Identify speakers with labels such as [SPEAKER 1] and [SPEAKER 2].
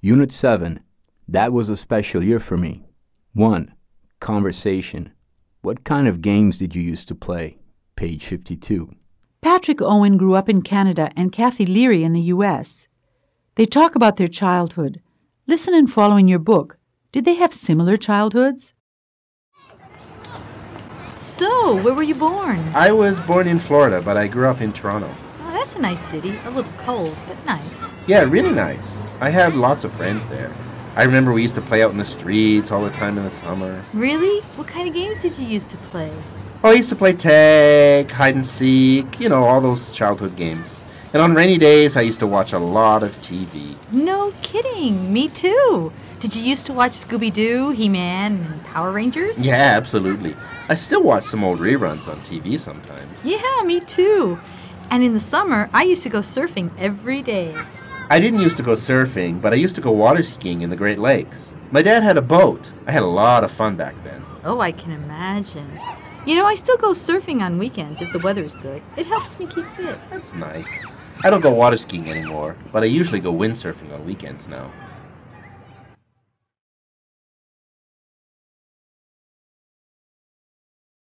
[SPEAKER 1] Unit 7 that was a special year for me. 1. Conversation. What kind of games did you used to play? Page 52.
[SPEAKER 2] Patrick Owen grew up in Canada and Kathy Leary in the U.S. They talk about their childhood. Listen and follow in your book. Did they have similar childhoods?
[SPEAKER 3] So, where were you born?
[SPEAKER 4] I was born in Florida, but I grew up in Toronto.
[SPEAKER 3] Oh, that's a nice city. A little cold, but nice.
[SPEAKER 4] Yeah, really nice. I had lots of friends there. I remember we used to play out in the streets all the time in the summer.
[SPEAKER 3] Really? What kind of games did you used to play?
[SPEAKER 4] Oh, I used to play tag, hide and seek, you know, all those childhood games. And on rainy days, I used to watch a lot of TV.
[SPEAKER 3] No kidding. Me too. Did you used to watch Scooby Doo, He Man, and Power Rangers?
[SPEAKER 4] Yeah, absolutely. I still watch some old reruns on TV sometimes.
[SPEAKER 3] Yeah, me too. And in the summer, I used to go surfing every day.
[SPEAKER 4] I didn't used to go surfing, but I used to go water skiing in the Great Lakes. My dad had a boat. I had a lot of fun back then.
[SPEAKER 3] Oh, I can imagine. You know, I still go surfing on weekends if the weather is good. It helps me keep fit.
[SPEAKER 4] That's nice. I don't go water skiing anymore, but I usually go windsurfing on weekends now.